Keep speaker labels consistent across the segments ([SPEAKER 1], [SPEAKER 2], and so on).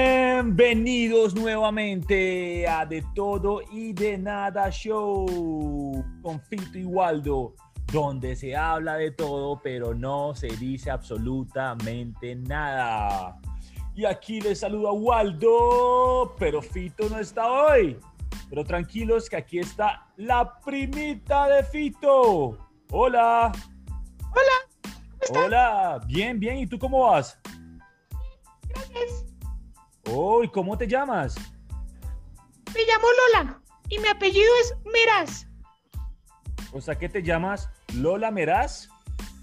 [SPEAKER 1] Bienvenidos nuevamente a De Todo y de Nada Show con Fito y Waldo, donde se habla de todo, pero no se dice absolutamente nada. Y aquí les saluda Waldo, pero Fito no está hoy. Pero tranquilos que aquí está la primita de Fito. Hola.
[SPEAKER 2] Hola. ¿Cómo estás?
[SPEAKER 1] Hola. Bien, bien. ¿Y tú cómo vas?
[SPEAKER 2] Gracias.
[SPEAKER 1] Oh, ¿y cómo te llamas?
[SPEAKER 2] Me llamo Lola y mi apellido es Meraz.
[SPEAKER 1] O sea, ¿qué te llamas? ¿Lola Meraz?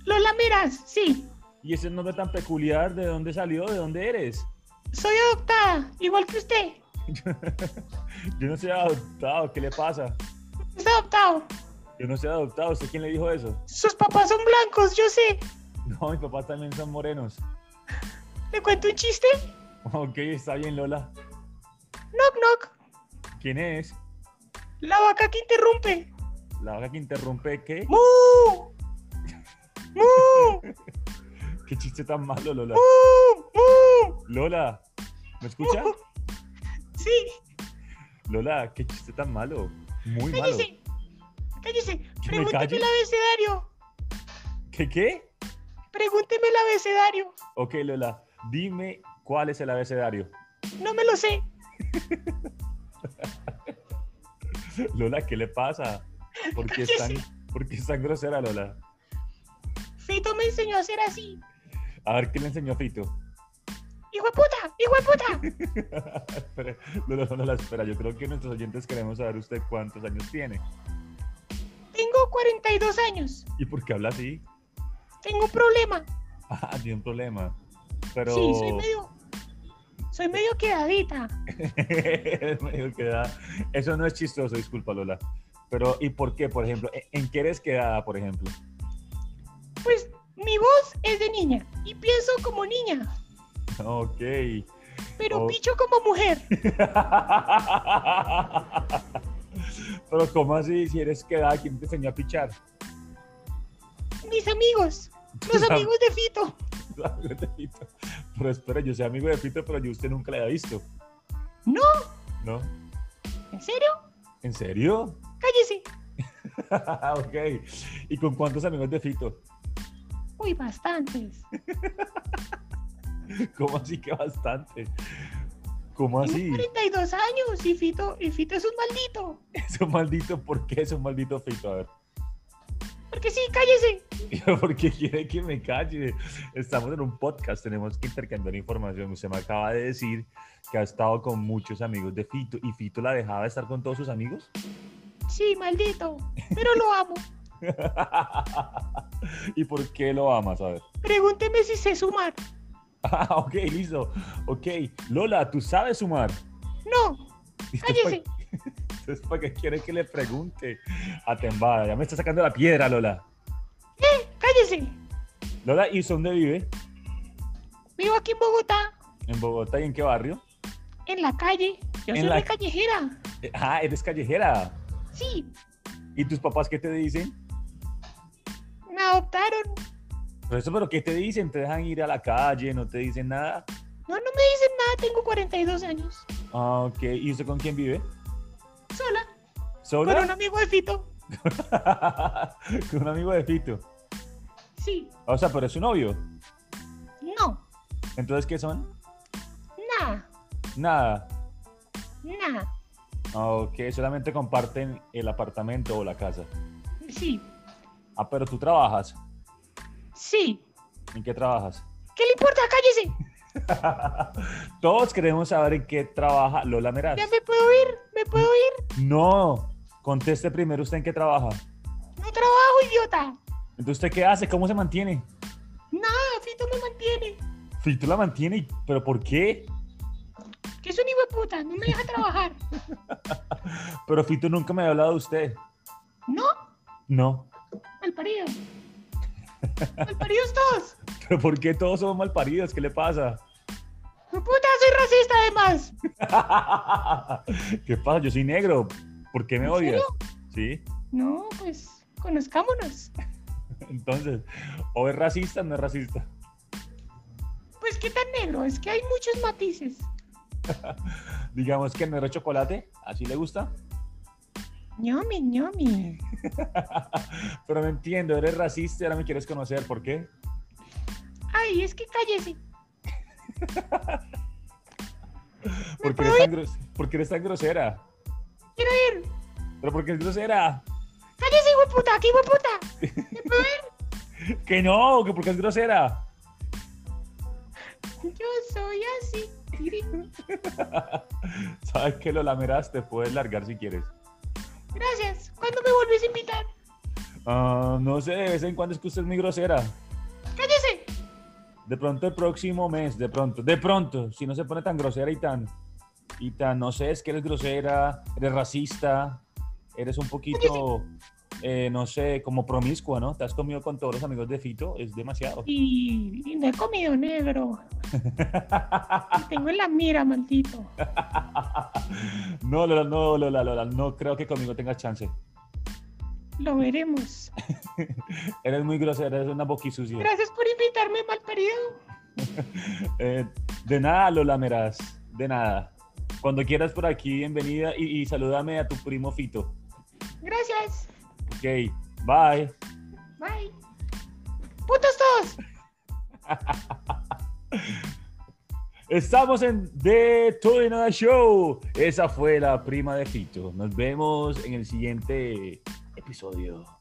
[SPEAKER 2] Lola Meraz, sí.
[SPEAKER 1] ¿Y ese nombre tan peculiar, de dónde salió? ¿De dónde eres?
[SPEAKER 2] Soy adoptada, igual que usted.
[SPEAKER 1] Yo no soy adoptado, ¿qué le pasa?
[SPEAKER 2] Es adoptado.
[SPEAKER 1] Yo no soy adoptado, ¿usted quién le dijo eso?
[SPEAKER 2] Sus papás son blancos, yo sé.
[SPEAKER 1] No, mis papás también son morenos.
[SPEAKER 2] ¿Le cuento un chiste?
[SPEAKER 1] Ok, está bien, Lola.
[SPEAKER 2] Knock, knock.
[SPEAKER 1] ¿Quién es?
[SPEAKER 2] La vaca que interrumpe.
[SPEAKER 1] La vaca que interrumpe, ¿qué?
[SPEAKER 2] ¡Mu! ¡Mu!
[SPEAKER 1] ¿Qué chiste tan malo, Lola?
[SPEAKER 2] ¡Mu! ¡Mu!
[SPEAKER 1] Lola, ¿me escucha?
[SPEAKER 2] Sí,
[SPEAKER 1] Lola, qué chiste tan malo. Muy malo.
[SPEAKER 2] cállese. Cállese.
[SPEAKER 1] me
[SPEAKER 2] Pregúnteme
[SPEAKER 1] calle?
[SPEAKER 2] el abecedario.
[SPEAKER 1] ¿Qué qué?
[SPEAKER 2] Pregúnteme el abecedario.
[SPEAKER 1] Ok, Lola, dime cuál es el abecedario.
[SPEAKER 2] No me lo sé.
[SPEAKER 1] Lola, ¿qué le pasa? ¿Por qué es tan, por qué es tan grosera, Lola?
[SPEAKER 2] Fito me enseñó a ser así.
[SPEAKER 1] A ver, ¿qué le enseñó Fito?
[SPEAKER 2] ¡Hijo de puta! ¡Hijo de puta!
[SPEAKER 1] Espera, Lola, no la espera. Yo creo que nuestros oyentes queremos saber usted cuántos años tiene
[SPEAKER 2] Tengo 42 años.
[SPEAKER 1] y por qué habla así.
[SPEAKER 2] Tengo un problema.
[SPEAKER 1] Ah, tiene un problema. Pero...
[SPEAKER 2] Sí, soy medio. Soy medio quedadita.
[SPEAKER 1] medio quedada. Eso no es chistoso, disculpa, Lola. Pero, ¿y por qué, por ejemplo? ¿En- ¿En qué eres quedada, por ejemplo?
[SPEAKER 2] Pues mi voz es de niña y pienso como niña,
[SPEAKER 1] Ok.
[SPEAKER 2] pero
[SPEAKER 1] Oh.
[SPEAKER 2] picho como mujer.
[SPEAKER 1] Pero, ¿cómo así? Si eres quedada, ¿quién te enseñó a pichar?
[SPEAKER 2] Mis amigos, los
[SPEAKER 1] Tus am-
[SPEAKER 2] amigos de Fito.
[SPEAKER 1] Pero espera, yo soy amigo de Fito, pero yo a usted nunca la había visto.
[SPEAKER 2] No,
[SPEAKER 1] ¿No?
[SPEAKER 2] ¿en serio?
[SPEAKER 1] ¿En serio?
[SPEAKER 2] Cállese.
[SPEAKER 1] ok. ¿Y con cuántos amigos de Fito?
[SPEAKER 2] Uy, bastantes.
[SPEAKER 1] Ah, ¿Cómo así que bastante? ¿Cómo así?
[SPEAKER 2] Tengo 42 años y Fito, y Fito es un maldito.
[SPEAKER 1] Es un maldito, ¿por qué es un maldito Fito? A ver.
[SPEAKER 2] Porque sí, cállese.
[SPEAKER 1] Porque quiere que me calle. Estamos en un podcast, tenemos que intercambiar información. Usted me acaba de decir que ha estado con muchos amigos de Fito y Fito la dejaba de estar con todos sus amigos.
[SPEAKER 2] Sí, maldito. Pero lo amo.
[SPEAKER 1] ¿Y por qué lo amas? A ver.
[SPEAKER 2] Pregúnteme si sé sumar.
[SPEAKER 1] Ah, ok, listo. Ok, Lola, tú sabes sumar.
[SPEAKER 2] No, cállese.
[SPEAKER 1] Entonces, ¿para qué quiere que le pregunte? Atembada, ya me está sacando la piedra, Lola.
[SPEAKER 2] Eh, cállese.
[SPEAKER 1] Lola, ¿y usted dónde vive?
[SPEAKER 2] Vivo aquí en Bogotá,
[SPEAKER 1] ¿En Bogotá y en qué barrio?
[SPEAKER 2] en la calle. Yo
[SPEAKER 1] En
[SPEAKER 2] soy
[SPEAKER 1] la-
[SPEAKER 2] muy callejera.
[SPEAKER 1] Eh, Ah, eres callejera.
[SPEAKER 2] Sí,
[SPEAKER 1] ¿Y tus papás qué te dicen?
[SPEAKER 2] me adoptaron.
[SPEAKER 1] Pero Pues eso, ¿pero qué te dicen? ¿Te dejan ir a la calle? ¿No te dicen nada?
[SPEAKER 2] No, no me dicen nada, tengo 42 años.
[SPEAKER 1] Ah, ok. ¿Y usted con quién vive?
[SPEAKER 2] Sola,
[SPEAKER 1] ¿Sola?
[SPEAKER 2] con un amigo de Fito.
[SPEAKER 1] con un amigo de Fito.
[SPEAKER 2] Sí,
[SPEAKER 1] O sea, pero es su novio.
[SPEAKER 2] no,
[SPEAKER 1] Entonces, ¿qué son?
[SPEAKER 2] nada,
[SPEAKER 1] Nada.
[SPEAKER 2] nada.
[SPEAKER 1] Ah, ok. Solamente comparten el apartamento o la casa.
[SPEAKER 2] Sí,
[SPEAKER 1] Ah, pero tú trabajas.
[SPEAKER 2] sí.
[SPEAKER 1] ¿En qué trabajas?
[SPEAKER 2] ¿Qué le importa? Cállese.
[SPEAKER 1] Todos queremos saber en qué trabaja Lola Meraz.
[SPEAKER 2] Ya me puedo ir, me puedo ir.
[SPEAKER 1] No, conteste primero usted en qué trabaja.
[SPEAKER 2] No trabajo, idiota.
[SPEAKER 1] Entonces, ¿usted qué hace? ¿Cómo se mantiene?
[SPEAKER 2] Nada, Fito me mantiene.
[SPEAKER 1] Fito la mantiene, y- pero ¿por qué?
[SPEAKER 2] Que es un hijo de puta, no me deja trabajar.
[SPEAKER 1] Pero Fito nunca me había hablado de usted.
[SPEAKER 2] No,
[SPEAKER 1] No.
[SPEAKER 2] al parido. Al paridos todos.
[SPEAKER 1] ¿Pero por qué todos somos malparidos? ¿Qué le pasa?
[SPEAKER 2] Hijo de Puta, soy racista además.
[SPEAKER 1] ¿Qué pasa? Yo soy negro. ¿Por qué me
[SPEAKER 2] ¿En
[SPEAKER 1] odias?
[SPEAKER 2] serio?
[SPEAKER 1] Sí.
[SPEAKER 2] No, pues, conozcámonos.
[SPEAKER 1] Entonces, o es racista o no es racista.
[SPEAKER 2] Pues, ¿qué qué tan negro? Es que hay muchos matices.
[SPEAKER 1] Digamos que el negro chocolate, ¿así le gusta?
[SPEAKER 2] ñomi, ñomi.
[SPEAKER 1] Pero no entiendo, eres racista y ahora me quieres conocer, ¿por qué?
[SPEAKER 2] Ay, es que cállese.
[SPEAKER 1] ¿Por qué eres tan, gros- por qué eres tan grosera?
[SPEAKER 2] Quiero ir.
[SPEAKER 1] ¿Pero por qué eres grosera?
[SPEAKER 2] Cállese, hueputa, aquí, hueputa.
[SPEAKER 1] Que no, que porque es grosera.
[SPEAKER 2] Yo soy así.
[SPEAKER 1] Sabes que lo lamerás, te puedes largar si quieres.
[SPEAKER 2] Gracias. ¿Cuándo me volvés a invitar?
[SPEAKER 1] Ah, no sé, de vez en cuando es que usted es muy grosera.
[SPEAKER 2] Cállese.
[SPEAKER 1] De pronto el próximo mes, de pronto, de pronto, si no se pone tan grosera y tan, y tan, no sé, es que eres grosera, eres racista, eres un poquito, eh, no sé, como promiscua, ¿no? Te has comido con todos los amigos de Fito, es demasiado.
[SPEAKER 2] Y, y no he comido negro. Y tengo en la mira, maldito.
[SPEAKER 1] No, Lola, no, Lola, Lola, no creo que conmigo tengas chance.
[SPEAKER 2] Lo veremos.
[SPEAKER 1] Eres muy grosera, eres una boquisucia.
[SPEAKER 2] Gracias por invitarme, malparido.
[SPEAKER 1] Eh, de nada, Lola Meraz, de nada. Cuando quieras por aquí, bienvenida y, y salúdame a tu primo Fito.
[SPEAKER 2] Gracias.
[SPEAKER 1] Ok, bye.
[SPEAKER 2] Bye. ¡Putos todos!
[SPEAKER 1] Estamos en The Todo y Nada Show. Esa fue la prima de Fito. Nos vemos en el siguiente episodio.